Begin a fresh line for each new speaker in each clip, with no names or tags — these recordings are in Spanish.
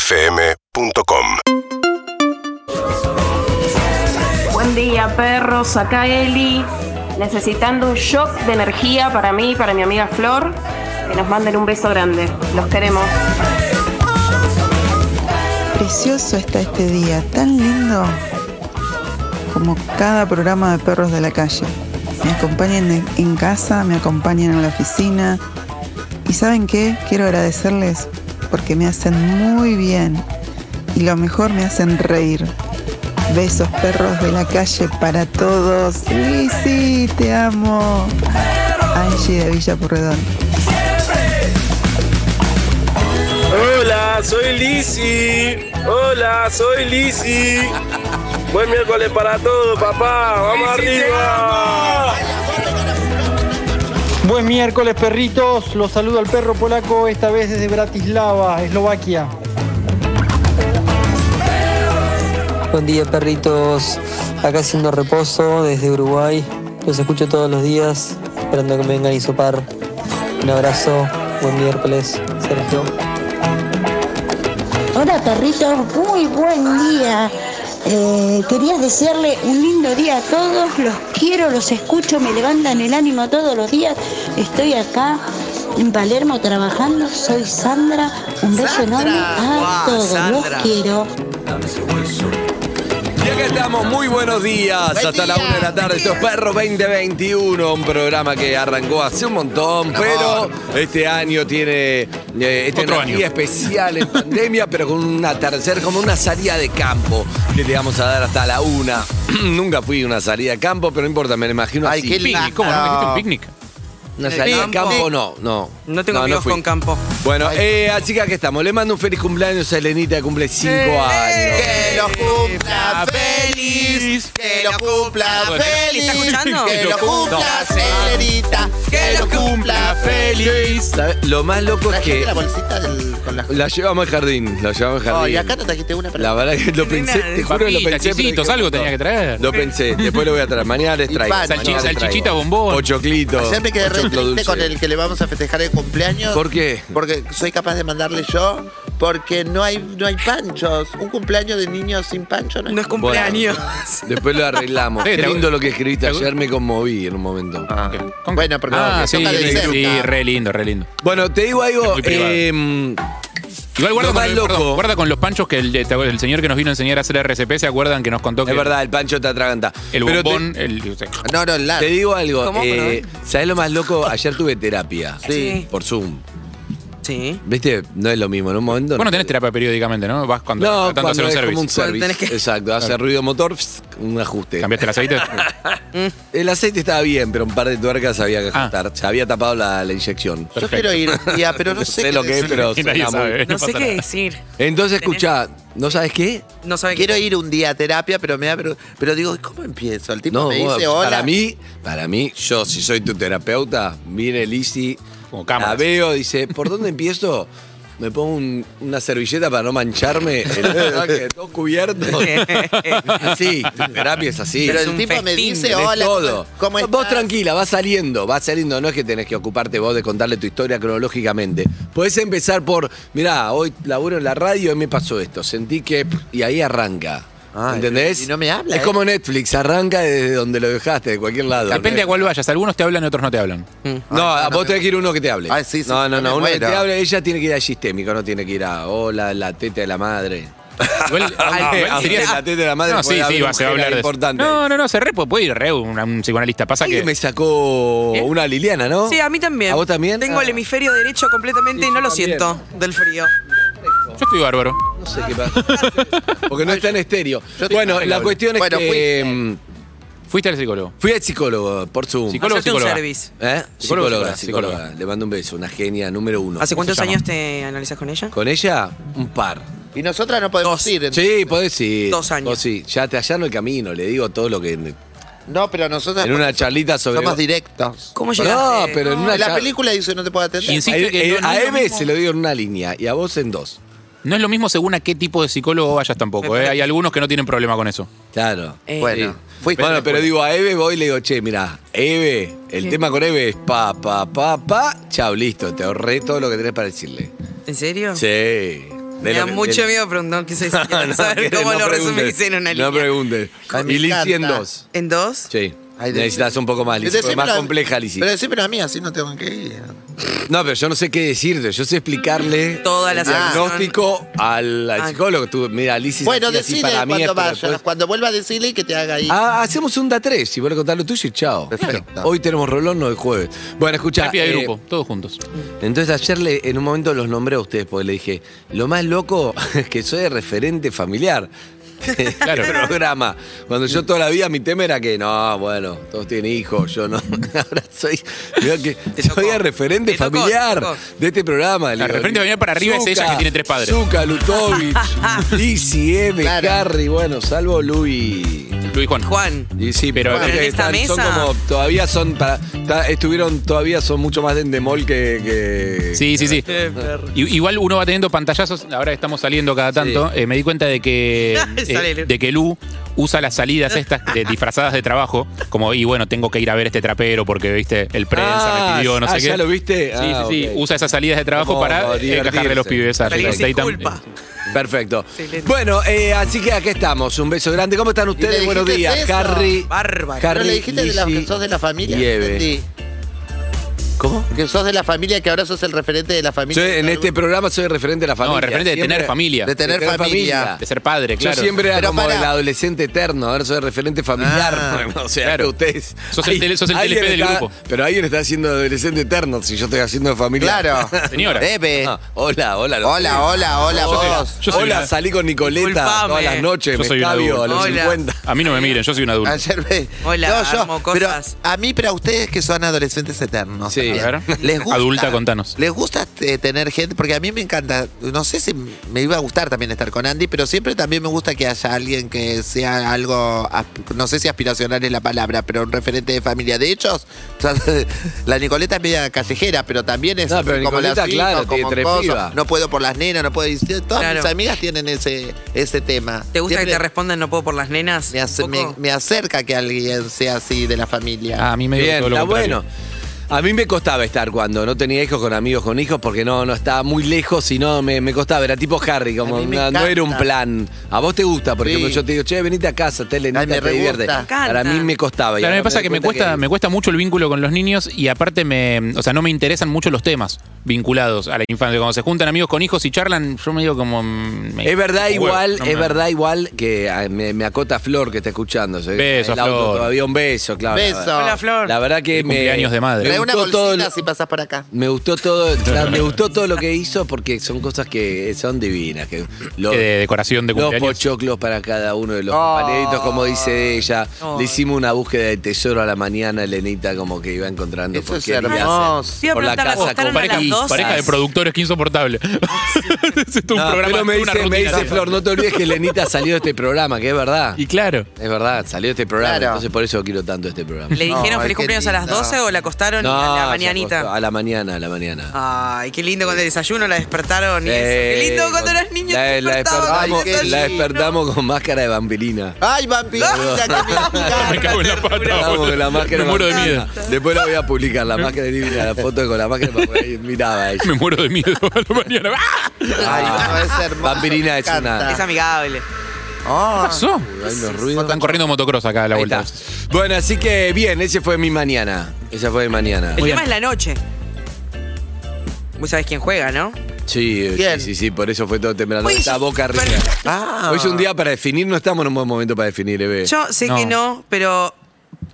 UrbanaPlayFM.com
Buen día, perros. Acá Eli, necesitando un shock de energía para mí, para mi amiga Flor. Que nos manden un beso grande. Los queremos.
Precioso está este día, tan lindo como cada programa de perros de la calle. Me acompañan en, en casa, me acompañan en la oficina. Y saben qué, quiero agradecerles porque me hacen muy bien y lo mejor me hacen reír. Besos perros de la calle para todos. Luisi, te amo. Angie de Villa Purredón.
Hola, soy Lisi. Hola, soy Lisi. Buen miércoles para todos, papá. Vamos arriba.
Buen miércoles, perritos. Los saludo al perro polaco, esta vez desde Bratislava, Eslovaquia.
Buen día perritos, acá haciendo reposo desde Uruguay, los escucho todos los días, esperando que me vengan a sopar. Un abrazo, buen miércoles, Sergio.
Hola perritos, muy buen día. Eh, quería desearle un lindo día a todos, los quiero, los escucho, me levantan el ánimo todos los días. Estoy acá en Palermo trabajando, soy Sandra, un beso enorme a
Guau,
todos,
Sandra.
los quiero.
Y acá estamos, muy buenos días.
Buen
Hasta la
día,
una de la tarde. Esto es Perro 2021, un programa que arrancó hace un montón, pero este año tiene eh, esta
Otro
energía
año.
especial en pandemia, pero con una tercera, como una salida de campo que le vamos a dar hasta la una. Nunca fui a una salida de campo, pero no importa, me la imagino
Ay,
así.
qué lindo.
Picnic, ¿cómo? ¿No me dijiste un picnic?
Una salida de
campo.
campo, no, no.
No tengo amigos
fui.
con campo.
Bueno, eh, así que acá estamos. Le mando un feliz cumpleaños a Elenita, que cumple 5 años.
Que lo
Ah,
cumpla feliz, que lo cumpla
Bueno,
feliz.
¿está escuchando?
Que lo
No.
cumpla
Ah.
Celerita, que lo cumpla feliz.
¿Sabes? Lo más loco es
¿Trajiste
que
la bolsita del, con las...
la llevamos al jardín, la llevamos al jardín.
Oh, y acá te trajiste una para...
La verdad que lo pensé, te juro que lo
Papitas,
pensé. pero
chisitos,
dije,
algo
no.
tenía que traer.
Lo pensé, después lo voy a traer. Mañana les
Y
traigo.
pan.
mañana les
Salchi-
traigo.
salchichita, bombón.
Pochoclito.
Ayer me quedé re
pochoclo
triste
dulce.
con el que le vamos a festejar el cumpleaños.
¿Por qué?
Porque soy capaz de mandarle yo, porque no hay, no hay panchos. Un cumpleaños de niños sin pancho no es
No es cumpleaños.
Después lo arreglamos.
Sí,
Qué
te-
lindo lo que escribiste
te-
ayer, me conmoví en un momento.
Ah. Bueno, porque
Ah,
porque
sí,
toca de
sí,
cerca.
sí, re lindo, re lindo.
Bueno, te digo
Es
algo.
muy privado.
em,
Igual
Lo
guarda con,
más
el-
loco.
perdón, guarda con los panchos que el, el señor que nos vino a enseñar a hacer RCP, ¿se acuerdan que nos contó que
es verdad, el pancho te atraganta.
el
Pero te-
bombón, el...
No, no, la.
Te digo algo,
¿Cómo?
eh, ¿sabés lo más loco? Ayer tuve terapia.
Sí.
Por Zoom.
Sí.
¿Viste? No es lo mismo, en un momento.
Vos no tenés terapia periódicamente, ¿no? Vas cuando
No,
tratando de
cuando
hacer un
es
service.
como un service.
tenés que-
Exacto, hace ruido motor, pss, un ajuste.
¿Cambiaste el aceite?
El aceite estaba bien, pero un par de tuercas había que
Ah.
ajustar. Se había tapado la, la inyección.
Yo quiero ir un día, pero no sé. qué
lo que es,
decir.
pero
Y nadie
suena muy-
sabe.
No sé
pasa
qué
nada.
decir.
Entonces, escuchá, ¿no sabes qué?
No sabe
Quiero
qué.
ir un día a terapia, pero me da pero, pero digo, ¿cómo empiezo? El tipo
No,
me
vos-
dice hola.
para mí, para mí, yo si soy tu terapeuta, viene Lizzy,
Como cámaras.
la veo, dice, ¿por dónde empiezo? Me pongo un- una servilleta para no mancharme el que todo cubierto. Así, terapia es así.
pero
es
el
un
tipo me
festín
dice
Tenés
hola.
todo.
¿Cómo estás?
Vos tranquila, vas saliendo, vas saliendo. No es que tenés que ocuparte vos de contarle tu historia cronológicamente. Podés empezar por, mirá, hoy laburo en la radio y me pasó esto. Sentí que... Y ahí arranca.
Ay,
¿Entendés?
y no me habla,
Es
eh.
como Netflix, arranca desde donde lo dejaste, de cualquier lado.
Depende a cuál vayas. Algunos te hablan y otros no te hablan.
No,
Ah,
a vos tenés que ir uno que te hable.
Ay, Ah, sí, sí,
no, no,
me
no. Uno que
muero.
te hable, ella tiene que ir a sistémico, no tiene que ir a hola, la teta de la madre.
Igual, ah,
Aunque-
igual
aunque
sería-
la teta de la madre
No,
puede
sí, sí,
haber
va, se va a
mujeres
hablar de
importantes.
No, no, no, se re, puede- puede ir re un, un psicoanalista. Pasa
Alguien
que...
me sacó
¿Eh?
una Liliana, ¿no?
Sí, a mí también.
¿A vos también?
Tengo
Ah.
el hemisferio derecho completamente
Sí,
y no
yo
lo
también.
siento del frío.
Yo estoy bárbaro.
No sé qué pasa. Porque no está en estéreo. Bueno, la cuestión es
Bueno,
que.
fuiste.
mm,
Fuiste al psicólogo.
Fui al psicólogo por Zoom.
Psicólogo,
eh, Hacete un
psicóloga.
service.
¿Eh?
Psicólogo, psicóloga,
Psicóloga, psicóloga. Le mando un beso, una genia número uno.
¿Hace cuántos
se llama?
años te analizas con ella?
Con ella, un par.
Y nosotras no podemos ir. entonces.
Sí, podés ir.
Dos años.
Vos sí, ya te allano el camino, le digo todo lo que. En
No, pero nosotras
una charlita sobre.
somos directos.
¿Cómo
No,
llegaste?
pero en una
la
cha-
película dice no te puedo atender.
Insisto
A- E,
que no- no
a
es lo
M
mismo.
se lo digo en una línea y a vos en dos.
No es lo mismo según a qué tipo de psicólogo vayas tampoco.
Me
¿eh?
parece-
Hay algunos que no tienen problema con eso.
Claro.
Eh,
Bueno, fuiste.
Bueno, pero digo, a Eve voy y le digo, che, mirá, Eve, el tema con Eve es pa, pa, pa, pa, chao, listo, te ahorré todo lo que tenés para decirle.
¿En serio?
Sí. De
Me da
lo que-
mucho
de-
miedo, pero no quise decir.
No, no,
saber
que
cómo
no
lo resumís
preguntes,
en una línea.
No preguntes.
me
Y Lizzy en
encanta.
dos.
¿En dos?
Sí. Necesitas un poco más, Lizzy. porque es más compleja, Lizzy.
Pero decímelo a mí, así no tengo que ir.
No, pero yo no sé qué decirte. Yo sé explicarle
Toda la Ah.
el
situación.
diagnóstico al, al psicólogo. Tú, mira, Lizzy,
Bueno,
así, así
decile
para mí es, pero
cuando vayas,
después-
cuando vuelva a decirle y que te haga ahí.
Ah, hacemos un da 3, si vuelves a contar lo tuyo y chao.
Perfecto.
Hoy tenemos rolón, no es jueves. Bueno, escucha.
Terapia de
eh,
grupo, todos juntos.
Entonces ayer le- en un momento los nombré a ustedes porque le dije, lo más loco es que soy referente familiar. Claro. programa. Cuando yo toda la vida mi tema era que no, bueno, todos tienen hijos, yo no. Ahora soy, veo que soy el referente
Te tocó,
familiar
te tocó.
de este programa.
La referente familiar para arriba es ella que tiene tres padres.
Zuka, Lutovich, Lizzy, M, Carrie, bueno, salvo Luis.
Luis Juan.
Juan.
Y sí, pero
Bueno,
creo
en
que
esta
están- son
mesa-
como todavía son para- ta- estuvieron todavía son mucho más de endemol que, que-
Sí, sí, sí. I- Igual uno va teniendo pantallazos, ahora estamos saliendo cada tanto. Eh, me di cuenta de que, eh,
Sale Lu.
de que Lu usa las salidas estas de- disfrazadas de trabajo, como, y bueno, tengo que ir a ver este trapero porque, viste, el prensa
Ah,
me pidió, no
ah,
sé qué.
¿ya lo viste?
Sí,
Ah,
sí, sí.
ok.
Usa esas salidas de trabajo
Como
para
divertirse.
eh, encajarle a los pibes. a
Salir
Jason
sin
Statham.
culpa. Perfecto. Bueno, eh, así que acá estamos. Un beso grande. ¿Cómo están
¿Y
ustedes?
le
Buenos
dijiste
días,
eso?
Harry.
Bárbaro.
Pero le dijiste de la,
Lizzy,
que sos de la familia.
y Eve.
entendí.
¿Cómo?
Que sos de la familia, que ahora sos el referente de la familia.
Yo en este programa soy referente de la familia.
No, referente de
Siempre-
tener familia.
de tener familia.
De ser padre, claro.
Yo siempre era
Pero
como
pará.
el adolescente eterno, ahora soy referente familiar.
Ah,
o sea,
claro.
que ustedes.
Sos el tele- sos el
alguien
TLP del
está-
grupo.
Pero alguien está haciendo adolescente eterno, si yo estoy haciendo familiar.
Claro. Señora. Eve.
Ah, hola, hola. los
Hola,
pibes.
hola, hola,
Yo soy-
vos.
yo soy hola,
la-
salí con Nicoleta
Disculpame.
todas las noches,
Yo
me
soy un
escabio a
adulto.
los
Hola.
50.
A mí no me miren, yo soy un
Ah,
adulto.
Ayer me-
Hola,
yo-
armo
pero
cosas.
a mí, pero a ustedes que son adolescentes eternos.
Sí.
también,
A ver.
Les gusta,
Adulta, contanos.
Les gusta eh, tener gente, porque a mí me encanta, no sé si me iba a gustar también estar con Andy, pero siempre también me gusta que haya alguien que sea algo, asp- no sé si aspiracional es la palabra, pero un referente de familia. De hecho, o sea, la Nicoleta es media callejera, pero también es
No,
así
pero Nicoleta,
las
claro,
hijas,
tiene
como
tres
cosas.
pibas.
No puedo por las nenas, no puedo decir. Todas
Claro.
mis amigas tienen ese, ese tema.
¿Te gusta que
Siempre-
te respondan no puedo por las nenas?
me, hace-
¿Un
me-
poco?
me acerca que alguien sea así de la familia.
Ah, a mí me dio
Bien,
todo lo
está
contrario.
bueno. A mí me costaba estar cuando no tenía hijos con amigos con hijos porque no, no estaba muy lejos y no me, me costaba. Era tipo Harry, como
A mí me
no, no era un
encanta.
plan. A vos te gusta, por
Sí.
ejemplo, yo te digo, che, venite a casa, tele,
Ay, me
te
re
divierte.
gusta. Me
encanta.
Para mí me costaba. y
Claro,
ahora
me pasa
doy
que me
cuenta
cuesta, me cuesta mucho el vínculo con los niños y aparte me, o sea, no me interesan mucho los temas vinculados a la infancia. Cuando se juntan amigos con hijos y charlan, yo me digo como mm, me-
Es verdad
huevo,
igual,
no
es
me-
verdad igual que ah, me, me acota Flor que está escuchando. se-
Beso,
el auto
Flor.
Todavía un beso, claro. la
Beso.
verdad.
Hola, Flor.
La verdad que
Y cumpleaños
me,
de madre.
me
Trae una
gustó todo
bolsita
el-
si pasas para acá.
Me gustó todo, claro, me gustó todo lo que hizo porque son cosas que son divinas. Que lo-
Eh, de decoración de
los
cumpleaños.
pochoclos para cada uno de los compañeritos, como dice ella.
Oh.
Le hicimos una búsqueda de tesoro a la mañana, Elenita, como que iba encontrando
Eso es
porquerías
hermoso.
Te iba a
por la
preguntar, ¿la
casa
acostaron
como
a las
pareja-
dos?
Pareja de productores que insoportable. es todo un
No,
programa,
pero me
toda una
dice, me
rutina.
dice Flor, no te olvides que Elenita salió de este programa, que es verdad.
Y claro.
Es verdad, salió de este programa,
Claro.
entonces por eso quiero tanto este programa.
¿Le dijeron
ay,
feliz
qué
cumpleaños a las
lindo.
12 o la acostaron a la
se acostó
mañanita?
A la mañana, a la mañana.
Ay, qué lindo cuando el desayuno la despertaron. Y eso. Qué
Eh,
lindo cuando eras niño.
la,
te
la
despertaban con
despertamos,
el
la
desayuno.
despertamos con máscara de vampirina.
¡Ay, vampirita!
Me
que
cago en la pata.
Estábamos
boludo.
con la máscara
Ah, Me muero de miedo.
vampirina. Después la voy a publicar, la máscara divina, la foto con la máscara para poner- miraba ella.
Me muero de miedo a la mañana. ¡Ah! ¿Qué
Ay, no, es hermoso.
Vampirina
me
es una-
encanta.
Es amigable.
Ah,
pasó?
Hay unos ruidos.
Están corriendo motocross acá a la
Ahí
vuelta.
está. Bueno, así que bien, ese fue mi mañana. Esa fue mi mañana.
El tema es la noche. Vos sabés quién juega, ¿no?
Sí, eh,
Bien.
sí, sí, sí, por eso fue todo temprano.
Uy,
Está boca arriba.
ah.
Hoy es un día para definir, no estamos en un buen momento para definir, Eve.
Yo sé
No.
que no, pero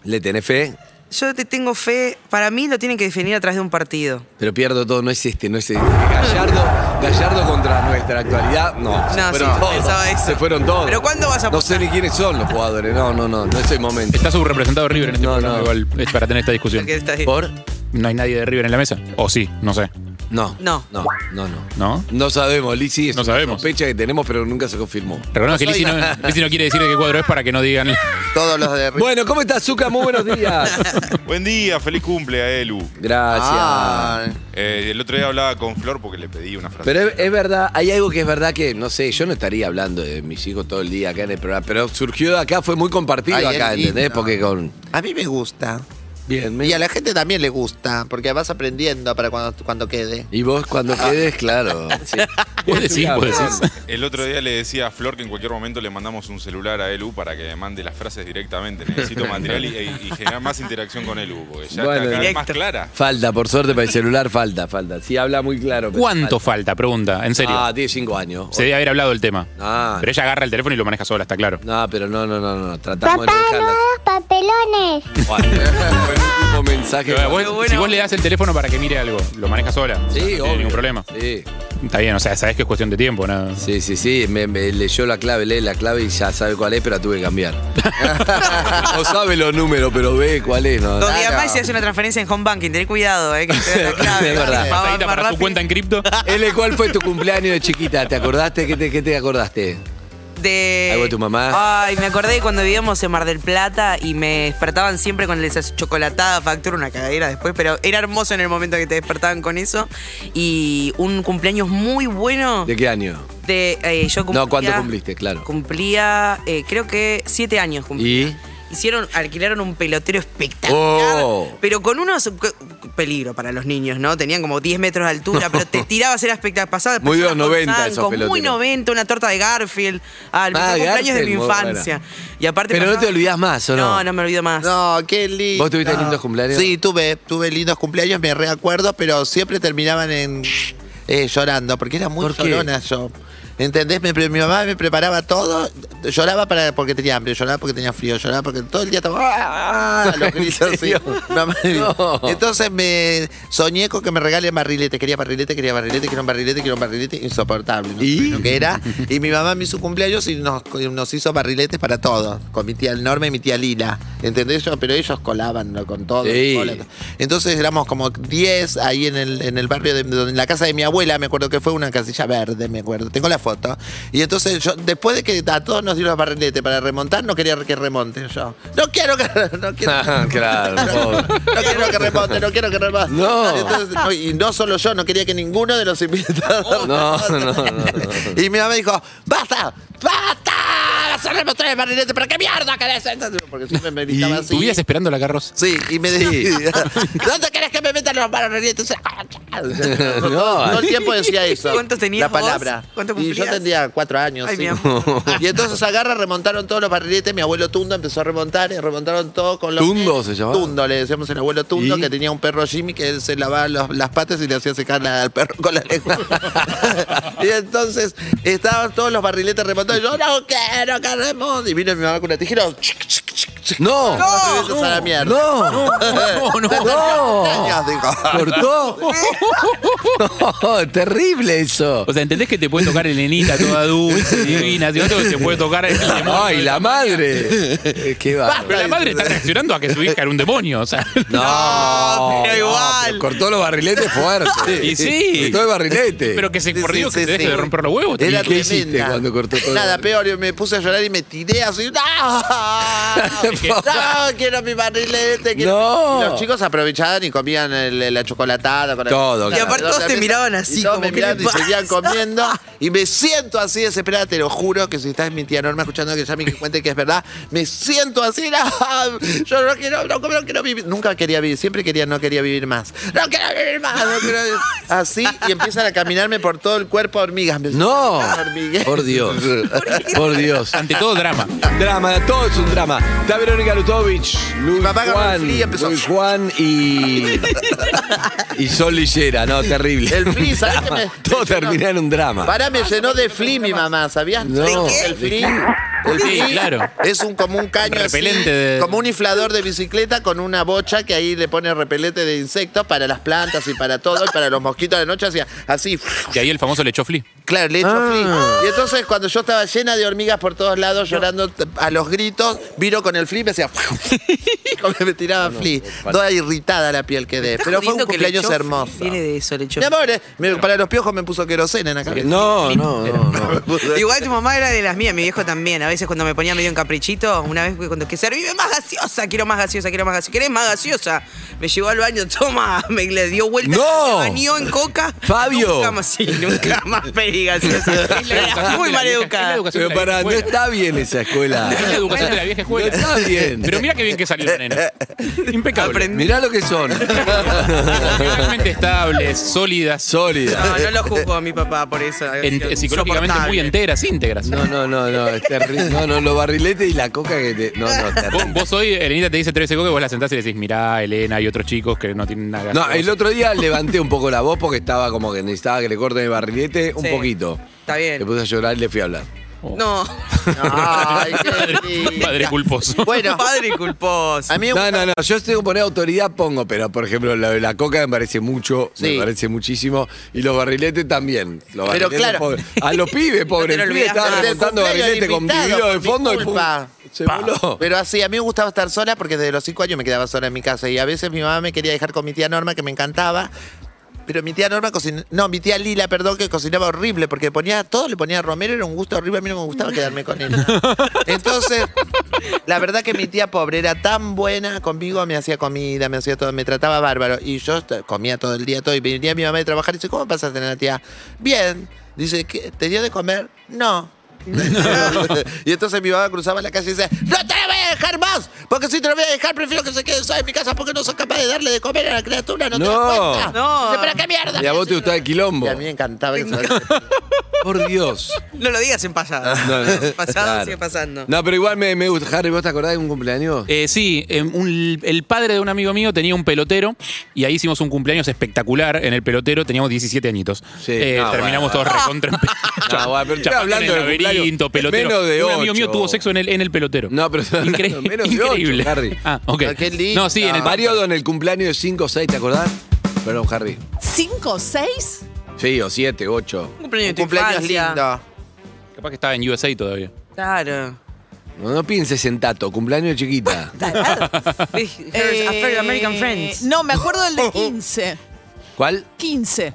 ¿Le tenés fe?
yo te tengo fe. Para mí lo tienen que definir a través de un partido.
Pero pierdo todo, no es este, no es este. Gallardo, Gallardo contra nuestra actualidad, no. se
No,
fueron
sí,
todos.
pensaba eso.
Se fueron todos.
Pero ¿cuándo vas a
No sé ni quiénes son los jugadores, no, no, no, no es el momento.
Está subrepresentado River en este
No,
programa,
no.
igual es para tener esta discusión.
Porque está ahí.
¿Por?
¿No hay nadie de River en la mesa? O sí, no sé.
No.
No.
No, no, no.
¿No?
No sabemos, Lizzy, es
No
una
sabemos.
sospecha que tenemos, pero nunca se confirmó.
Recordemos que Lizzy no, Lizzy no quiere decir de qué cuadro es para que no digan.
Todos los de
Bueno, ¿cómo estás, Zuka? Muy buenos días.
Buen día, feliz cumple a Elu.
Gracias.
Ah,
Eh, el otro día hablaba con Flor porque le pedí una frase.
Pero es, es verdad, hay algo que es verdad que, no sé, yo no estaría hablando de mis hijos todo el día acá en el programa, pero surgió de acá, fue muy compartido
Ay,
acá,
es
¿entendés?
lindo.
Porque con...
a mí me gusta.
Bien,
Y a la gente también le gusta, porque vas aprendiendo para cuando, cuando quede.
Y vos cuando
Ah.
quedes, claro.
Vos decís, vos decís.
El otro día le decía a Flor que en cualquier momento le mandamos un celular a Elu para que me mande las frases directamente. Necesito material y, y- y generar más interacción con Elu, porque ya
Bueno,
está cada vez más
directo.
clara.
Falta, por suerte, para el celular falta, falta. Sí, habla muy claro. pero
¿Cuánto falta? Pregunta, en serio.
Ah, tiene cinco años.
Se debe haber hablado el tema.
Ah,
Pero ella agarra el teléfono y lo maneja sola, está claro.
no, pero no, no, no, no. Tratamos de dejarla.
papelones.
Bueno, fue el último mensaje.
Pero vos- Si vos le das el teléfono para que mire algo, lo maneja sola. no
Sí,
tiene
obvio.
ningún problema.
Sí.
Está bien, o sea, sabés que es cuestión de tiempo, nada.
Sí, sí, sí, me, me leyó la clave, lee la clave y ya sabe cuál es, pero la tuve que cambiar. o sabe los números, pero ve cuál es. No,
Dos días
Nada.
más y se hace una transferencia en home banking. Tenés cuidado, eh, que te da la clave.
Es verdad.
Va- va
Pasadita
más
para su
rápido.
cuenta en cripto.
Ele, ¿cuál fue tu cumpleaños de chiquita? ¿Te acordaste? ¿Qué te, qué te acordaste?
De...
¿Algo de tu mamá?
Ay, me acordé de cuando vivíamos en Mar del Plata y me despertaban siempre con esa chocolatada, factura, una cagadera después, pero era hermoso en el momento que te despertaban con eso. Y un cumpleaños muy bueno
¿De qué año?
de... eh, yo cumplía,
No, ¿cuándo cumpliste? Claro.
Cumplía, eh, creo que siete años cumplí.
¿Y?
Hicieron, alquilaron un pelotero espectacular.
¡Oh!
Pero con unos peligro para los niños, ¿no? Tenían como 10 metros de altura, pero te tirabas, era espectacular. Pasaba
Muy de los
personas con
90 esos
zancos, Muy
peloteros.
90, una torta de Garfield. Ah, el
Ah,
mejor cumpleaños de
Garfield,
mi
muy buena.
infancia. Y aparte
Pero no
pasaba-
te olvidás más, ¿o no?
No, no me olvido más.
No, qué lindo.
¿Vos tuviste lindos cumpleaños?
Sí, tuve, tuve lindos cumpleaños, me reacuerdo, pero siempre terminaban en eh, llorando, porque era muy
¿Por qué?
llorona yo. ¿Entendés? Me pre- mi mamá me preparaba todo, lloraba para, porque tenía hambre, lloraba porque tenía frío, lloraba porque todo el día estaba... ¡Ah! Los gritos así. Mamá-
No.
Entonces me soñé con que me regalen barrilete, quería barrilete, quería barrilete, quería un barrilete, quería un barrilete, insoportable. ¿no?
¿Y?
Lo que era. Y mi mamá me hizo cumpleaños y nos, nos hizo barriletes para todos, con mi tía Norma y mi tía Lila. ¿Entendés? Yo- Pero ellos colaban ¿no? con todo.
Sí.
colan. Entonces éramos como 10 ahí en el, en el barrio, de, donde- en la casa de mi abuela, me acuerdo que fue una casilla verde, me acuerdo. Tengo la foto. Y entonces yo, después de que a todos nos dieron los barriletes para remontar, no quería que remonten yo. No quiero que, no quiero
Ah, claro, pobre.
no quiero que remonte, no quiero que remonte.
No.
Entonces, no, y no solo yo, no quería que ninguno de los invitados.
No, no, no, no.
Y mi mamá dijo: ¡Basta! ¡Basta! ¡Vas a remontar el barrilete! ¿Pero qué mierda querés? Entonces, Porque siempre me
Y
gritaba así.
estuvieras esperando la carroza.
Sí, y me decía, ¿dónde querés que me metan los barriletes?
No.
Todo el tiempo decía eso.
¿Cuánto tenías
La
vos?
palabra.
¿Cuánto
y yo
cumplías?
tendría cuatro años.
Ay,
sí.
mi amor.
Y entonces agarra, remontaron todos los barriletes. Mi abuelo Tundo empezó a remontar y remontaron todo con los.
¿Tundo se llamaba?
Tundo, le decíamos el abuelo Tundo,
¿Y?
que tenía un perro Jimmy que él se lavaba los- las patas y le hacía secar la- al perro con la lengua. y entonces estaban todos los barriletes remontados. Y yo, no quiero que remonte. Y vino mi mamá con una tijera. chic, chic, chic, chic.
No.
Los barriletes a la mierda.
No, no, no, no.
Oh.
Años, digo.
¿Cortó? No, terrible eso.
O sea, ¿entendés que te puede tocar Elenita toda dulce, divina? Si no te te puede tocar el demonio.
Ay, la madre. Eh, Qué va.
Pero la madre está reaccionando a que su hija era un demonio. O sea,
No,
pero igual.
pero cortó los barriletes fuerte.
Y sí.
Cortó el barrilete.
pero que se
Sí,
por Dios,
sí,
que te
sí.
deje de romper los huevos.
Era-
tío.
qué hiciste cuando cortó todo?
Nada, peor, yo me puse a llorar y me tiré así. ¡No! ¡No! Quiero mi barrilete. quiero-".
No.
Y Los chicos aprovechaban y comían el- la chocolatada. Con el-
Todo,
con
Y
la-
aparte todos te miraban así,
Y todos
como,
me
¿qué le
miraban y
pasa?
seguían comiendo. Y me siento así desesperada, te lo juro, que si estás mi tía Norma escuchando que ya me cuente que es verdad, me siento así. ¡no! Yo no quiero, no, no quiero vivir. Nunca quería vivir, siempre quería, no quería vivir más. ¡No quiero vivir más! no quiero vivir-". Así, y empiezan a caminarme por todo el cuerpo hormigas. Me-
No.
Hormiguero.
Por Dios. Por Dios.
Ante todo, drama.
Drama, todo es un drama. Está Verónica Lutovich, Luis
papá agarró el
Juan,
fli y empezó.
Luis Juan y. y Sol Lillera, no, terrible.
El fli, ¿sabés qué me-
Todo
me llenó?
termina en un drama.
Pará, me llenó de fli mi mamá, ¿sabías?
No. ¿De qué?
El fli. El
Sí,
fli
claro.
Es un, como un caño así,
Repelente de-
como un inflador de bicicleta con una bocha que ahí le pone repelente de insectos para las plantas y para todo, y para los mosquitos de noche, así, así
Y ahí el famoso lechofli.
claro, le echo fli. Y entonces cuando yo estaba llena de hormigas por todos lados, llorando t- a los gritos, viro con el fli y me hacía... como que me tiraba fli. Toda irritada la piel quedé. Pero fue un
Jodiendo que le
cumpleaños
echó-
hermoso.
Viene de eso, le echó.
Mi amor, eh, me- para los piojos me puso querosena en la cabeza.
No, no, no, no.
Igual tu mamá era de las mías, mi viejo también. a veces cuando me ponía medio en caprichito, una vez que cuando que servime más gaseosa, quiero más gaseosa, quiero más gaseosa, ¿querés más gaseosa? Me llevó al baño, toma, me le dio vuelta,
¡No!
me bañó en coca.
Fabio.
Nunca más, sí, nunca más pedí gaseosa. Era muy mal educada.
Pero pará, no está bien esa escuela.
Es la educación de la vieja escuela.
No está bien.
Pero mira qué bien que salió la nena. Impecable.
Mirá lo que son.
Realmente estables, sólidas.
Sólidas.
No, no lo juzgo a mi papá por eso.
Ent- psicológicamente muy enteras, íntegras.
No, no, no, no, es terrible. No, no, los barriletes y la coca que te. No, no,
Vos,
terrible.
vos hoy, Elenita te dice tres coca y vos la sentás y le decís, mirá, Elena, hay otros chicos que no tienen nada.
No, el otro día levanté un poco la voz porque estaba como que necesitaba que le corten el barrilete un
Sí.
poquito.
Está
Le
bien.
puse a llorar y le fui a hablar.
No.
Ay, qué
Padre- Padre culposo.
Bueno, Ah.
Padre culposo.
a mí me
No,
gusta-
no, no, yo tengo que poner autoridad, pongo, pero por ejemplo, la, la coca me parece mucho,
Sí.
me parece muchísimo, y los barriletes también. Los
Pero
barriletes,
claro.
pobre. a los pibes, pobre,
No te lo
el pibe
olvidás
estaba
más.
remontando
Cumpleaños
barriletes con
invitado,
video de
mi
fondo y pum,
culpa.
se
Pa.
voló.
Pero así, a mí me gustaba estar sola porque desde los cinco años me quedaba sola en mi casa y a veces mi mamá me quería dejar con mi tía Norma que me encantaba. Pero mi tía Norma cocinaba, no, mi tía Lila, perdón, que cocinaba horrible porque ponía todo, le ponía romero, era un gusto horrible, a mí no me gustaba quedarme con él. Entonces, la verdad que mi tía pobre era tan buena conmigo, me hacía comida, me hacía todo, me trataba bárbaro y yo t- comía todo el día todo y venía mi mamá de trabajar y dice, "¿Cómo pasas a tener la tía?" Bien. Dice, "¿Qué, ¿te dio de comer?" No. y entonces mi mamá cruzaba la calle y decía, no te la voy a dejar más, porque si te la voy a dejar, prefiero que se quede sola en mi casa porque no soy capaz de darle de comer a la criatura, no, te
No.
das cuenta.
No.
Dice, pero qué mierda.
Y a vos te gustaba el quilombo.
Y a mí me encantaba eso.
Por Dios.
No lo digas en pasado.
No, no.
Pasado
Claro.
sigue pasando.
No, pero igual me, me gusta. Harry, ¿vos te acordás de un cumpleaños?
Eh, sí, em, un- el padre de un amigo mío tenía un pelotero y ahí hicimos un cumpleaños espectacular en el pelotero. Teníamos 17 añitos.
Sí,
Eh,
no,
terminamos
bueno.
todos recontra. en pe-
No, bueno, pero estoy
chapando
hablando
en
de
el
cumpleaños
laberinto, pelotero.
menos de
un amigo
ocho.
mío tuvo sexo en el, en el pelotero.
No, pero estoy hablando
Incre-
menos de ocho,
increíble.
Harry.
Ah, ok.
Ah, qué lindo.
No, sí, en el
Mario en el cumpleaños de 5 o 6, ¿te acordás? Perdón, Harry.
¿Cinco, seis?
Sí, o 7, 8.
Un cumpleaños de
Un
tu
cumpleaños
infancia.
lindo.
Capaz que estaba en USA todavía.
Claro.
No, no pienses en Tato, cumpleaños de chiquita.
Tarado.
Big Here's Affair American
Eh,
Friends.
No, me acuerdo del de 15.
¿Cuál?
15.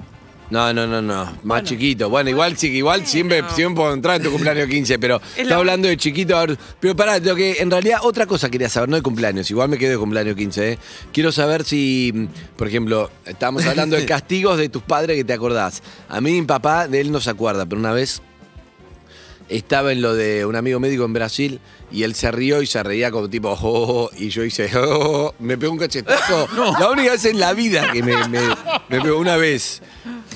No, no, no, no. Más chiquito. Bueno, igual sí, igual siempre, siempre puedo entrar en tu cumpleaños 15, pero está hablando de chiquito. a ver, pero pará, lo que en realidad otra cosa quería saber, no de cumpleaños, igual me quedo de cumpleaños 15, ¿eh? Quiero saber si, mm, por ejemplo, estábamos hablando de castigos de tus padres que te acordás. A mí mi papá, de él no se acuerda, pero una vez estaba en lo de un amigo médico en Brasil y él se rió y se reía como tipo, "Oh", y yo hice, "Oh", me pegó un cachetazo. La única vez en la vida que me, me, me pegó una vez.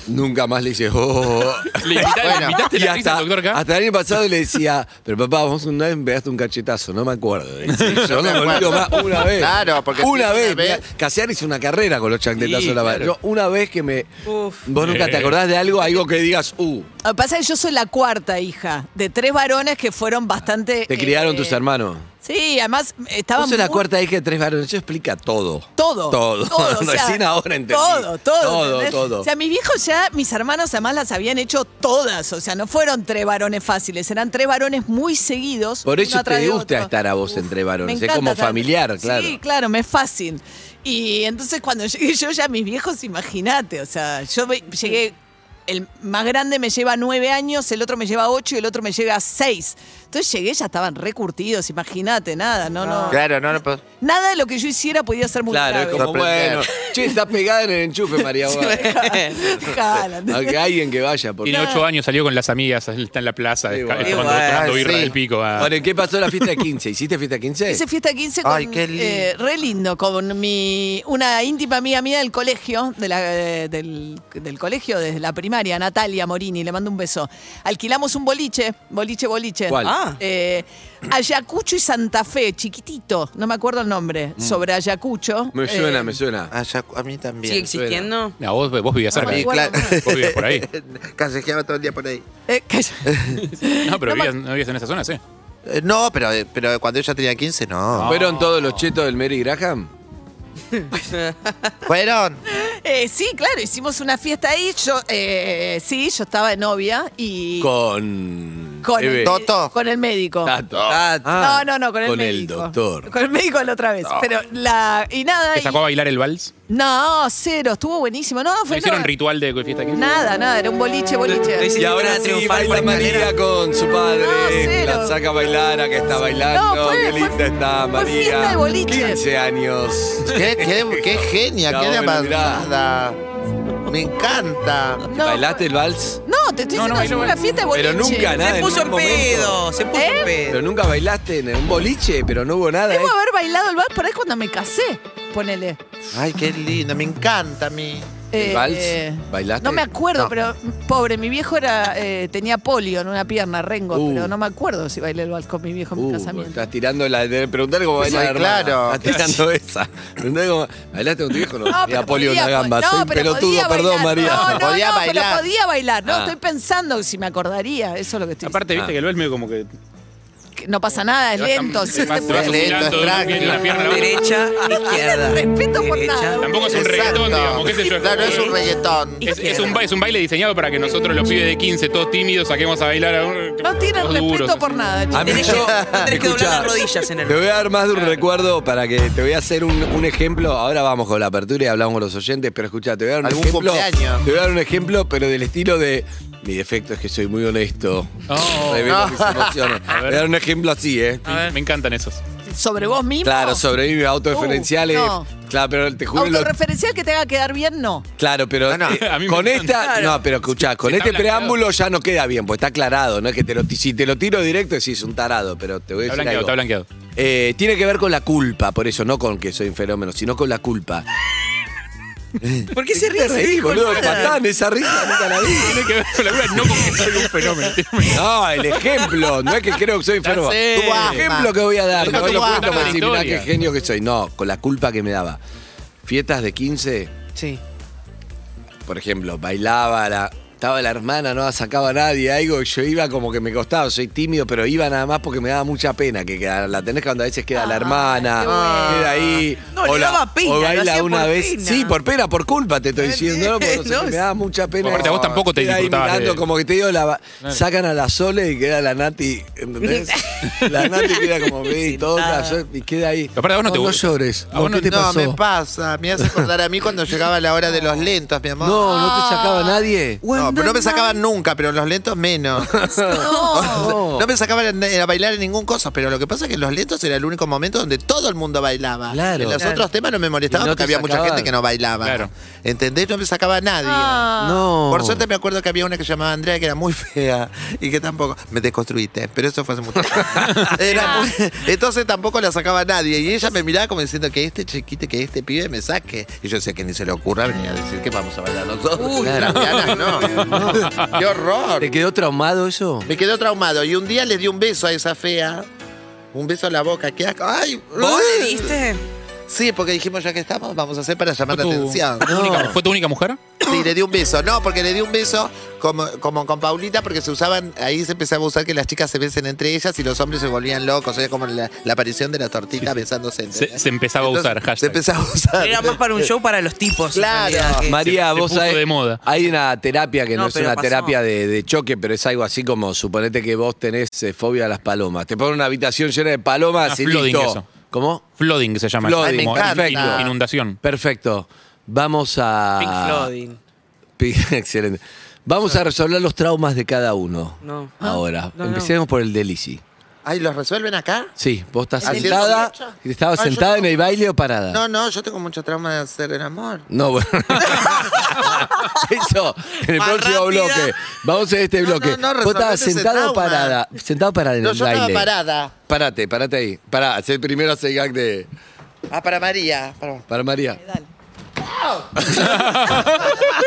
Nunca más le hice, "Oh".
¿Le invita- le invitaste
y
la actriz al doctor K?
hasta el año pasado le decía, pero papá, vos una vez me pegaste un cachetazo, no me acuerdo. Y dice, yo
me
no me olvido más
acuerdo.
una vez.
Claro, porque si
una
una
vez.
vez-
mira, Casiar hizo una carrera con los chancletazos
Sí,
en la mano.
claro. Eh.
Yo una vez que me.
Uf.
Vos nunca te acordás de algo, algo que digas, uh.
Lo que pasa es que yo soy la cuarta hija de tres varones que fueron bastante.
Te criaron
eh,
tus hermanos.
Sí, además estaban.
Vos sos la
muy-
cuarta hija de tres varones. Eso explica todo.
Todo.
Todo.
todo o sea,
Recién ahora entendí.
Todo, todo.
Todo,
¿entendés?
todo.
O sea, mis viejos ya, mis hermanos además las habían hecho todas. O sea, no fueron tres varones fáciles, eran tres varones muy seguidos.
Por
uno
eso
atrás
te
de
gusta
otro.
estar a vos entre
Me
varones. Es
encanta
como
estar-
familiar, claro.
Sí, claro, me es fácil. Y entonces cuando llegué yo ya mis viejos, imagínate, o sea, yo ve- llegué, el más grande me lleva nueve años, el otro me lleva ocho y el otro me lleva seis. Entonces llegué, ya estaban recurtidos, imagínate, nada, no, no.
Claro, no, no. pues,
Nada de lo que yo hiciera podía ser muy
Claro, es
grave.
como
Sorprender.
bueno. Che, estás pegada en el enchufe, María. Boga.
Jala, ¿entendés?
Aunque alguien que vaya. Porque...
Tiene ocho años, salió con las amigas, él está en la plaza,
Sí,
desca-
bueno.
tomando,
Igual.
tomando birra
Sí.
del pico. ah.
Bueno, ¿y ¿qué pasó en la fiesta de 15? ¿Hiciste fiesta de 15?
Hice fiesta 15 con,
Ay, qué lindo.
eh, re lindo, con mi, una íntima amiga mía del colegio, de la, eh, del, del colegio desde la primaria, Natalia Morini, le mando un beso. Alquilamos un boliche, boliche, boliche.
¿Cuál?
Ah.
Eh, Ayacucho y Santa Fe, chiquitito, no me acuerdo el nombre,
Mm.
sobre Ayacucho.
Me suena,
Eh,
me suena.
ah, ya, a mí también.
¿Sigue existiendo?
No, vos, vos vivías
No
cerca.
me
Y
de-
acuerdo.
claro,
Vos vivías por ahí.
callejeaba todo el día por ahí.
eh, calla.
No, pero
No me-
vivías, no vivías en esa zona, sí.
Eh, No, pero, eh, pero cuando ella tenía 15, no.
¿Fueron todos los chetos del Mary Graham?
Fueron.
Eh, sí, claro, hicimos una fiesta ahí. Yo, eh, sí, yo estaba de novia y.
Con.
Con el,
Toto.
Con el médico.
Tato. Ah,
No, no, no, con el
Con el
médico.
doctor.
Con el médico la otra vez. Pero la. Y nada.
¿Te
y-
sacó a bailar el vals?
no, cero, estuvo buenísimo. No,
¿No
fue.
hicieron
no-
ritual de fiesta aquí?
nada, nada, era un boliche, boliche.
Y ahora sí, baila María con su padre.
No,
la saca a bailar, acá está bailando.
No, fue-
qué linda está María.
fiesta de boliche.
15 años.
Qué, qué- qué genia,
No,
qué de
pero mirá.
avanzada. Me encanta.
No.
¿Bailaste el vals?
No, te estoy
No,
diciendo
no,
que fue
bailó,
una fiesta de boliche.
Pero nunca nada. ningún momento.
¿Eh?
Pero nunca bailaste en un boliche, pero no hubo nada.
Debo
¿eh?
haber bailado el vals por ahí cuando me casé, ponele.
Ay, qué lindo, me encanta a mí.
Eh,
¿Vals?
eh,
¿Bailaste?
No me acuerdo,
No.
pero pobre, mi viejo era eh, tenía polio en una pierna, rengo,
Uh.
pero no me acuerdo si bailé el vals con mi viejo en mi
Uh, porque
casamiento.
estás tirando la. de- Preguntale cómo baila
Sí,
la hermana.
claro.
Estás tirando esa. Preguntale cómo. ¿Bailaste con tu viejo? No,
No,
tenía
pero
polio en la
podía-
gamba.
no,
Soy un
pero
pelotudo,
podía
perdón,
bailar.
María.
No, no,
Podía
no, pero
bailar.
podía bailar. No,
Ah.
estoy pensando si me acordaría. Eso es lo que estoy
Aparte, viste
Ah.
que el vals medio como que.
diciendo. Que No pasa nada, es
Te vas cam-
lento.
te
sí,
vas-
se
te vas
puede.
Lento,
oscilando de una
tranqui.
pierna a la pierna, la otra.
Derecha, izquierda.
Respeto por nada.
Tampoco es un reggaetón, digamos, qué sé yo.
Claro, es un reggaetón.
Es, es un, ba- es un baile diseñado para que nosotros, los pibes de 15, todos tímidos, saquemos a bailar a un.
No tienen
todos
respeto
duros.
por nada,
A mí
Tenés
yo-
que, tenés que doblar
Ah, Escuchá,
las rodillas en el.
Te voy a dar más de un recuerdo para que te voy a hacer un, un ejemplo. Ahora vamos con la apertura y hablamos con los oyentes, pero escucha, te voy a dar un
Algún
ejemplo.
cumpleaños.
Te voy a dar un ejemplo, pero del estilo de. Mi defecto es que soy muy honesto.
Oh.
Revelo mis emociones. Te
A
voy a
ver.
dar un ejemplo así, ¿eh?
Me- Me encantan esos.
Sobre vos mismo.
Claro, sobre mí, autodeferenciales.
Uh, no.
Claro, pero te juro. lo-
Autoreferencial que te haga quedar bien, no.
claro, pero
No, no.
eh,
A mí me
con esta.
encanta.
No, pero escuchá, con
Está
este
blanqueado.
preámbulo ya no queda bien, porque está aclarado, ¿no? Es que te lo, si te lo tiro directo, decís un tarado, pero te voy a
Está
decir.
blanqueado,
algo.
está blanqueado.
Eh, tiene que ver con la culpa, por eso, no con que soy un fenómeno, sino con la culpa.
¿Por qué se ríe?
Te reí, boludo, patán, esa risa nunca la vi.
Tiene que ver con la cura, no con que soy un fenómeno.
No, el ejemplo, no es que creo que soy
Ya
enfermo.
sé.
Tu asma. ejemplo que voy a dar,
Pero
no
tu
lo
asma.
cuento para decir, mirá qué
Historia.
genio que soy. No, con la culpa que me daba. Fiestas de 15,
Sí.
por ejemplo, bailaba, la- estaba la hermana, no la sacaba a nadie, algo, y yo iba como que me costaba, soy tímido, pero iba nada más porque me daba mucha pena que quedara. La tenés cuando a veces queda la hermana, queda ahí.
Ah, No, le
la-
daba pena,
o
lo
baila
hacía
una
por
vez.
pena.
Sí, por pena, por culpa te estoy diciendo, ¿no? Porque no sé,
No,
me
es-
daba mucha pena.
Aparte, a vos tampoco te eh.
Queda ahí
disfrutabas
mirando,
de-
como que te digo, la- sacan a la Sole y queda la Nati, ¿entendés? la Nati queda como, ve,
Sin
todo
nada.
caso, y queda ahí.
Aparte, a vos no te
no
gusta.
llores.
A vos no-
no, ¿qué te
no,
pasó?
me pasa. Me hace acordar a mí cuando llegaba la hora de los lentos, mi amor.
No, no te
Ah.
sacaba nadie.
No, pero no me sacaban nunca, pero los lentos menos. No, me sacaban a, a bailar en ningún cosa, pero lo que pasa es que los lentos era el único momento donde todo el mundo bailaba.
Claro.
En los
Claro.
otros temas no me molestaban
Y no te
porque había mucha
sacaban.
gente que no bailaba.
Claro.
¿Entendés? No me sacaba a nadie.
No.
Por suerte me acuerdo que había una que se llamaba Andrea que era muy fea y que tampoco. Me desconstruiste, pero eso fue hace mucho tiempo. Era muy- entonces tampoco la sacaba nadie. Y ella me miraba como diciendo que este chiquite, que este pibe me saque. Y yo decía que ni se le ocurra venir a decir que vamos a bailar los dos.
Uy,
Las lesbianas, no. ¡Qué horror!
¿Te quedó traumado eso?
Me quedé traumado. Y un día le di un beso a esa fea. Un beso a la boca. ¿Qué asco. ¡Ay!
¿Vos
¡Ay!
le diste?
Sí, porque dijimos ya que estamos, vamos a hacer para llamar la
tu-
atención.
¿Fue tu única- ¿Fue tu única mujer?
Sí, le di un beso. No, porque le di un beso como, como con Paulita, porque se usaban, ahí se empezaba a usar que las chicas se besen entre ellas y los hombres se volvían locos. Era como la, la aparición de la tortita besándose entre
Se, se empezaba a usar, hashtag.
Se empezaba a usar.
Era más para un show para los tipos. en
Claro.
realidad, que-
María,
se- se
vos
puso
sabés-
de moda.
hay una terapia que no,
No,
es
pero
una
pasó.
terapia de, de choque, pero es algo así como suponete que vos tenés eh, fobia a las palomas. Te ponen una habitación llena de palomas
Ah,
y
flooding
listo.
eso.
¿Cómo?
Flooding que se llama.
Flooding,
Como
me encanta.
inu-
Ah,
Inundación.
Perfecto. Vamos a.
Pink Flooding.
Pi- Excelente. Vamos a resolver los traumas de cada uno.
No.
Ahora.
No, no.
Empecemos por el de Lizzy.
Ay, ¿los resuelven acá?
Sí, vos estás
¿El del
sentada.
derecho?
¿Estabas
Ah, yo
sentada en
tengo-
el baile o parada?
No, no, yo tengo mucho trauma de hacer el amor.
No, bueno. Eso, en el
Más
próximo
rápida.
bloque. Vamos en este
No,
bloque.
no, no,
Vos estabas
resolvete ese
sentado o
trauma.
parada. Sentado o parada Ah, en
No,
el
yo
baile.
estaba parada.
Parate, parate ahí. Pará, hacé primero hace gag de.
Ah, para María. para-
Para María.
Y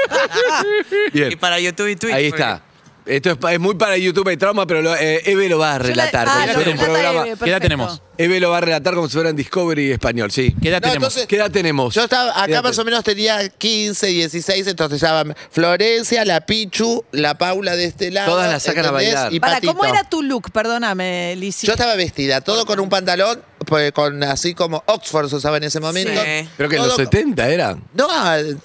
Bien.
para YouTube y Twitch.
Ahí está. Esto es, pa- es muy para YouTube el trauma, pero lo, eh, Eve lo va a
Yo la-
relatar.
ah,
como
lo
si fuera un
relata
programa.
Eve,
¿Qué edad
perfecto.
tenemos?
Eve lo va a relatar como si fuera en Discovery español, sí.
¿Qué edad
No,
tenemos?
entonces-
¿Qué edad tenemos?
Yo estaba, acá
¿Qué edad
más o
tenemos?
menos tenía 15, 16, entonces ya van Florencia, la Pichu, la Paula de este lado.
Todas las sacan a
¿entendés?
bailar.
Y
Para,
Patito.
¿cómo era tu look? Perdóname, Lizzy.
Yo estaba vestida, todo con un pantalón, pues, con así como Oxford se usaba en ese momento.
Sí. Creo que en los
Todo-
70 era.
No,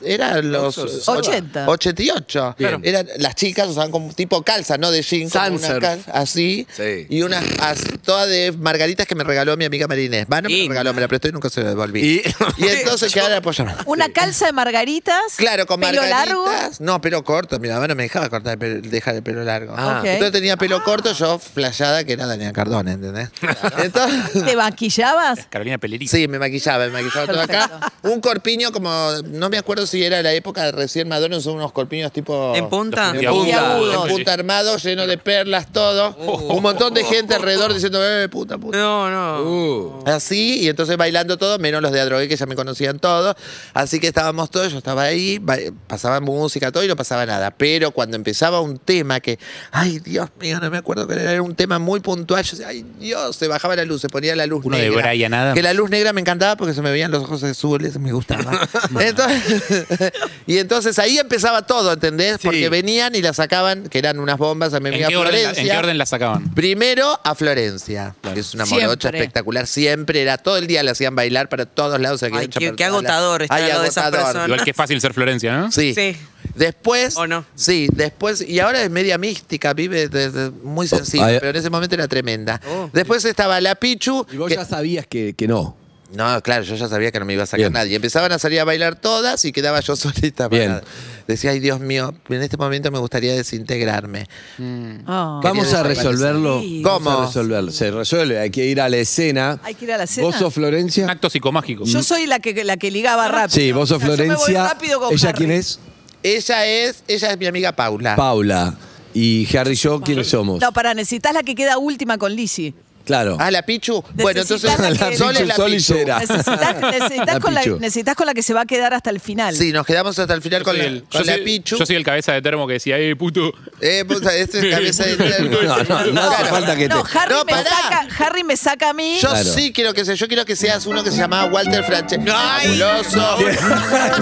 eran los
Oxford.
80.
88.
Bien.
Eran, las chicas usaban como tipo calza, ¿no? De jean, como una
Sunsurf.
cal- así.
Sí.
Y unas as- todas de margaritas que me regaló mi amiga Marinés. Va, no me la regaló, me la prestó y nunca se la devolví. Y, entonces quedaron apoyadas.
Una calza de margaritas.
Claro, con
pelo
margaritas.
largo.
No, pelo corto. Mi mamá no me dejaba cortar el pelo, dejar el pelo largo.
Ah. Ok.
Entonces tenía pelo corto, yo flashada que era Daniela Cardone, ¿entendés? Entonces,
¿Te maquillabas?
Carolina Pellerito.
Sí, me maquillaba, me maquillaba todo acá. Un corpiño como, no me acuerdo si era la época de recién Madonna, son unos corpiños tipo...
¿En punta?
En punta,
Puntiagudos.
en punta armado, lleno de perlas, todo.
Oh.
Un montón de gente alrededor diciendo, eh, puta, puta.
No, no.
Así, y entonces bailando todo, menos los de Adrogué, que ya me conocían todos. Así que estábamos todos, yo estaba ahí, ba- pasaba música, todo, y no pasaba nada. Pero cuando empezaba un tema que, ay, Dios mío, no me acuerdo que era, era un tema muy puntual, yo decía, ay, Dios, se bajaba la luz, se ponía la luz
Uno de
negra.
Brian Adams.
Que la luz negra me encantaba porque se me veían los ojos azules, me gustaba. entonces, y entonces ahí empezaba todo, ¿entendés? Porque venían y la sacaban, que eran unas bombas, a mi
¿En
amiga
qué, orden, la-
Florencia.
en qué orden la sacaban?
Primero a Florencia, que es una
Siempre.
morocha espectacular. Siempre era, todo el día le hacían bailar para todos lados. se
Ay,
quedaron
qué,
por
qué
todos
agotador
lados.
estar
Ay,
al lado de esas
agotador.
personas.
Igual que fácil ser Florencia, ¿no?
Sí.
Sí.
Después.
¿O no?
Sí, después. Y ahora es media mística, vive desde muy sencilla,
Ay. eh.
pero en ese momento era tremenda.
Oh.
Después estaba la Pichu.
Y vos
que-
ya sabías que, que no.
Ah.
no, claro, yo ya sabía que no me iba a sacar
Bien.
nadie. Empezaban a salir a bailar todas y quedaba yo solita.
Bien.
parada. Decía, ay Dios mío, en este momento me gustaría desintegrarme.
Oh.
Vamos a resolverlo.
Sí.
Vamos
¿Cómo?
a resolverlo. Se resuelve, hay que ir a la escena.
Hay que ir a la cena.
¿Vos sos Florencia?
Acto psicomágico.
Yo soy la que, la que ligaba rápido.
Sí, vos sos
O sea, yo me voy
Florencia.
rápido con
¿Ella
Harry.
quién es?
Ella es, ella es mi amiga Paula.
Paula. Y Harry y yo, ¿quiénes somos?
Ah. No, para, necesitas la que queda última con Lizzie.
Claro.
Ah, la Pichu. Bueno, entonces
Necesitaba que-
La
Sol es
Pichu,
la
Sol y
Pichu.
Yera.
Necesitas, necesitas
La
con la,
Pichu.
necesitas con la que se va a quedar hasta el final.
Sí, nos quedamos hasta el final con
Soy
la,
el-
con
yo
la
soy-
Pichu.
Yo soy el cabeza de termo que decía, eh, puto.
Eh, puta, este es cabeza de termo.
No, no, no hace falta que te.
No, Harry,
No,
me
pará.
saca, Harry me saca a mí.
Yo
Claro.
sí quiero que sea, yo quiero que seas uno que se llamaba Walter Francesco.
¡Ay!
¡Fabuloso!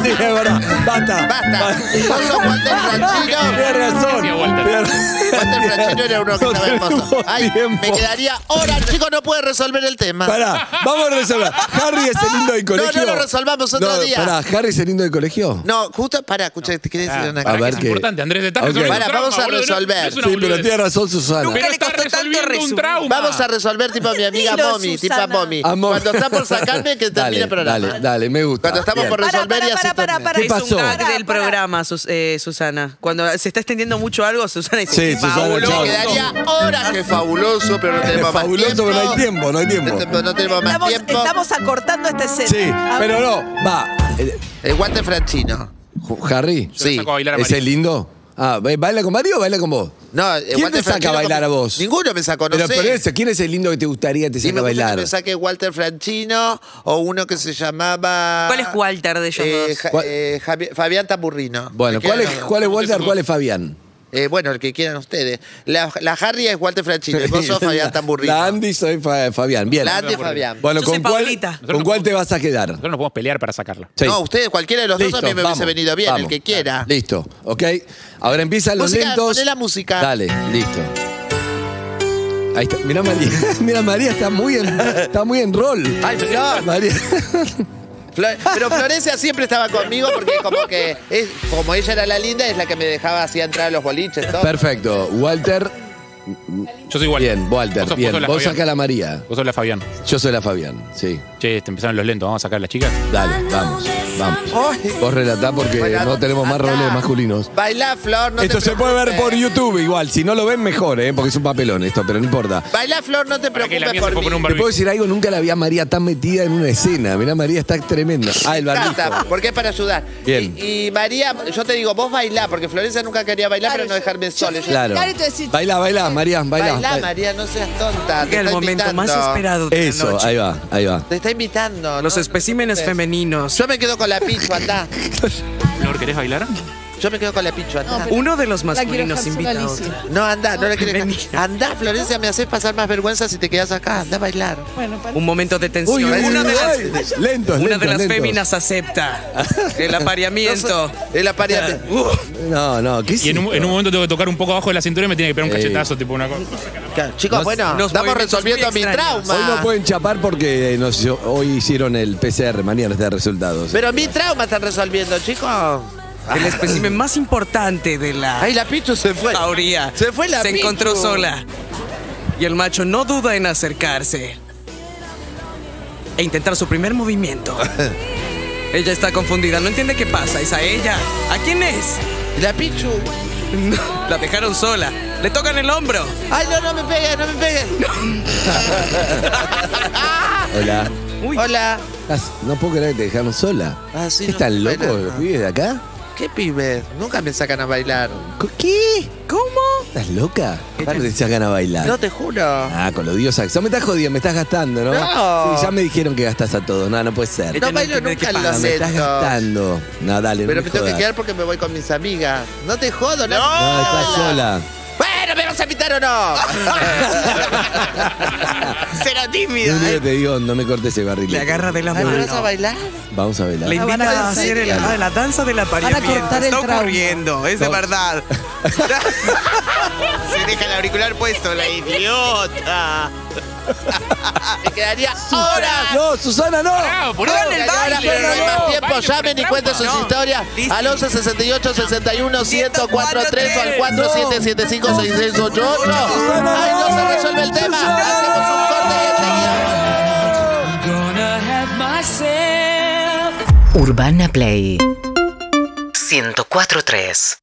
Sí, es verdad. Basta.
¡Basta! ¿Vos sos Walter
Tienes
Franchino?
razón.
Decía Walter.
Tenés-
Walter Franchino era uno que
No
estaba hermoso.
tenemos
¡Ay!
tiempo.
Me quedaría horas. Chicos, no puede resolver el tema.
Pará, vamos a resolver. Harry es el lindo del
Ah, No,
colegio.
no lo resolvamos otro día.
Pará, Harry es el lindo del colegio.
No, justo, para, escucha, te quería decir una
A
cosa.
ver
Es
qué.
importante, Andrés, estás
Ok.
resolviendo
Pará,
un trauma,
vamos a
boludo, no-
resolver.
no es
Sí,
una
pero
boludez.
tiene razón Susana.
Nunca
Pero
le
estás
costó tanto
resolviendo un
resumir.
trauma.
Vamos a resolver tipo a mi amiga
Dilo,
Momi, tipo a
Susana.
Momi.
Amor.
Cuando está por sacarme que termine
dale,
el programa.
Dale, dale, me gusta.
Cuando estamos
Bien.
por
Pará,
resolver
pará,
y así
pará, pará,
termina.
pará.
¿Qué
es
pasó?
un gag
Pará,
del
pará.
programa, Sus- eh, Susana. Cuando se está extendiendo mucho algo, Susana dice,
Sí, Susana,
"Fabuloso".
chao.
Me quedaría horas que fabuloso, pero no tenemos más
Fabuloso,
tiempo. Este,
pero no hay tiempo, no hay tiempo.
No, no tenemos más
Estamos,
tiempo.
estamos acortando esta escena.
Sí,
A
pero
ver.
no, va. Eh,
El guante franchino.
Ju- Harry,
Yo la saco a bailar a
¿es
María.
el lindo? Ah, ¿ba- ¿baila con Mario o baila con vos?
No, el
¿Quién
guante
te saca
franchino
a bailar a
como-
vos?
Ninguno me sacó, no
pero
sé.
por eso, ¿quién es el lindo que te gustaría que te
Sí,
saque
me
a
gusta
bailar?
que me saque Walter Franchino o uno que se llamaba...
¿Cuál es Walter de ellos
Eh,
dos?
Ja-
¿Cuál-
eh, Javi- Fabián Tamburrino.
Bueno,
Me
¿cuál es,
quedan los dos.
¿cuál es Walter, cuál es Fabián?
Eh, bueno, el que quieran ustedes. La, la Harry es Walter Franchino y vos sos Fabián Tamburrino.
La Andy soy Fa- Fabián. Bien.
La Andy es Fabián.
Bueno,
Yo
¿con
soy
cuál,
Paulita.
¿con cuál te vas a quedar?
Nosotros nos podemos pelear para sacarla.
Sí.
No, ustedes, cualquiera de los dos a mí me
vamos,
hubiese venido bien, el
vamos.
que quiera.
Listo, ok. Ahora empiezan los
Música,
lentos.
poné la música.
Dale, listo. Ahí está. Mira María. Mira María está muy en, está muy en rol.
Ay, Flor.
María.
Flor- Pero Florencia siempre estaba conmigo porque como que es, como ella era la linda, es la que me dejaba así entrar a los boliches. todo.
Perfecto. Walter.
Yo soy igual.
Bien, Walter.
Vos sos-
bien.
Vos, sos la
Vos
Fabián.
saca la María.
Vos sos la Fabián.
Yo soy la Fabián. Sí.
Che, te empezaron los lentos, vamos a sacar a las chicas.
Dale, vamos. Vamos. Vos relatá porque
Bueno,
no tenemos más
andá.
roles masculinos.
Bailá, Flor, no te
esto se puede ver por
preocupes.
YouTube igual. Si no lo ven, mejor, ¿eh? porque es un papelón esto, pero no importa.
Bailá, Flor, no te
Para que
preocupes
la mía se
por
puede poner
mí.
un
Te puedo
barbijo.
decir algo, nunca la vi a María tan metida en una escena. Mirá, María está tremenda. Ah, el
Me
barbijo.
encanta, porque es para ayudar.
Bien.
Y, y María, yo te digo, vos bailá, porque Florencia nunca quería bailar,
Claro,
pero no dejarme
yo- yo
sola.
fui a
Claro.
bailar y te decís-
Baila, baila, María, baila.
Bailá, María, no seas tonta. Te
Llega el
está
momento más
invitando.
esperado de la
Eso,
noche.
ahí va, ahí va.
Te está invitando.
Los
¿no?
especímenes
No te preocupes.
femeninos.
Yo me quedo con la pichu, andá.
Flor, ¿querés bailar?
Yo me quedo con la pincho. andá.
No, pero- Uno de los La quiero masculinos dejar sola invita a a Alicia.
No, anda, no la quiero dejar. Andá, Florencia, me haces pasar más vergüenza si te quedas acá. Andá a bailar.
Bueno, para...
Un momento de tensión.
Uy, uy,
una de
uy,
las,
uy.
una
Lentos,
de
lentos,
las
lentos.
féminas acepta el apareamiento.
el apareamiento.
No, no, ¿qué
Y en un, en un momento tengo que tocar un poco abajo de la cintura y me tiene que pegar un
Ey.
cachetazo, tipo una cosa.
Uh, Chicos,
Nos-
bueno,
nos
estamos
movimientos
resolviendo mi trauma.
Hoy no pueden chapar porque eh, nos hizo- hoy hicieron el PCR, mañana está el resultado.
Pero mi trauma están resolviendo, chicos.
El espécimen más importante de la.
Ay, la pichu se fue.
Jauría.
Se fue la
Se encontró
Pichu.
sola. Y el macho no duda en acercarse. E intentar su primer movimiento. ella está confundida, no entiende qué pasa. Es a ella. ¿A quién es?
La pichu.
la dejaron sola. Le tocan el hombro.
Ay, no, no me peguen, no me peguen.
Hola.
Hola.
Ah, No puedo creer que te dejaron sola.
Ah, sí,
¿Qué
no,
¿Están
bueno,
locos los
no.
pibes de acá?
¿Qué pibes? Nunca me sacan a bailar.
¿Qué?
¿Cómo?
¿Estás loca? Ahora te sacan a bailar.
No te juro.
Ah, con los dioses. me estás jodiendo, me estás gastando, ¿no?
No.
Sí, ya me dijeron que gastas a todos. No, no puede ser.
No bailo nunca en los
me estás
centros.
gastando. No, dale,
Pero
no
me
me
tengo que
jodas.
quedar ¡Oh! porque me voy con mis amigas. No te jodo, no.
No, estás sola.
Bueno, ¿me vas a invitar o no? Será tímido.
No,
¿eh?
no te digo, no me cortes el barril.
Le agarra de la
Ay, ¿Me vas
mano.
a bailar?
Vamos a bailar.
Le invita a hacer el- ah, la danza del apareamiento.
cortar el
Está
trauma.
ocurriendo, es de
No.
verdad.
Se deja el auricular puesto, la idiota. Me quedaría horas.
No, Susana, no.
boludo.
Hagan el
Ahora,
baile.
pero no hay más
No,
tiempo,
baile,
llamen
pero
y
trampa.
cuenten sus
No.
historias
Listo.
al 11
68 61 104 3 o al 4775 6688. Ay, no se resuelve el tema. Hacemos un corte y enseguida.
Urbana Play 104.3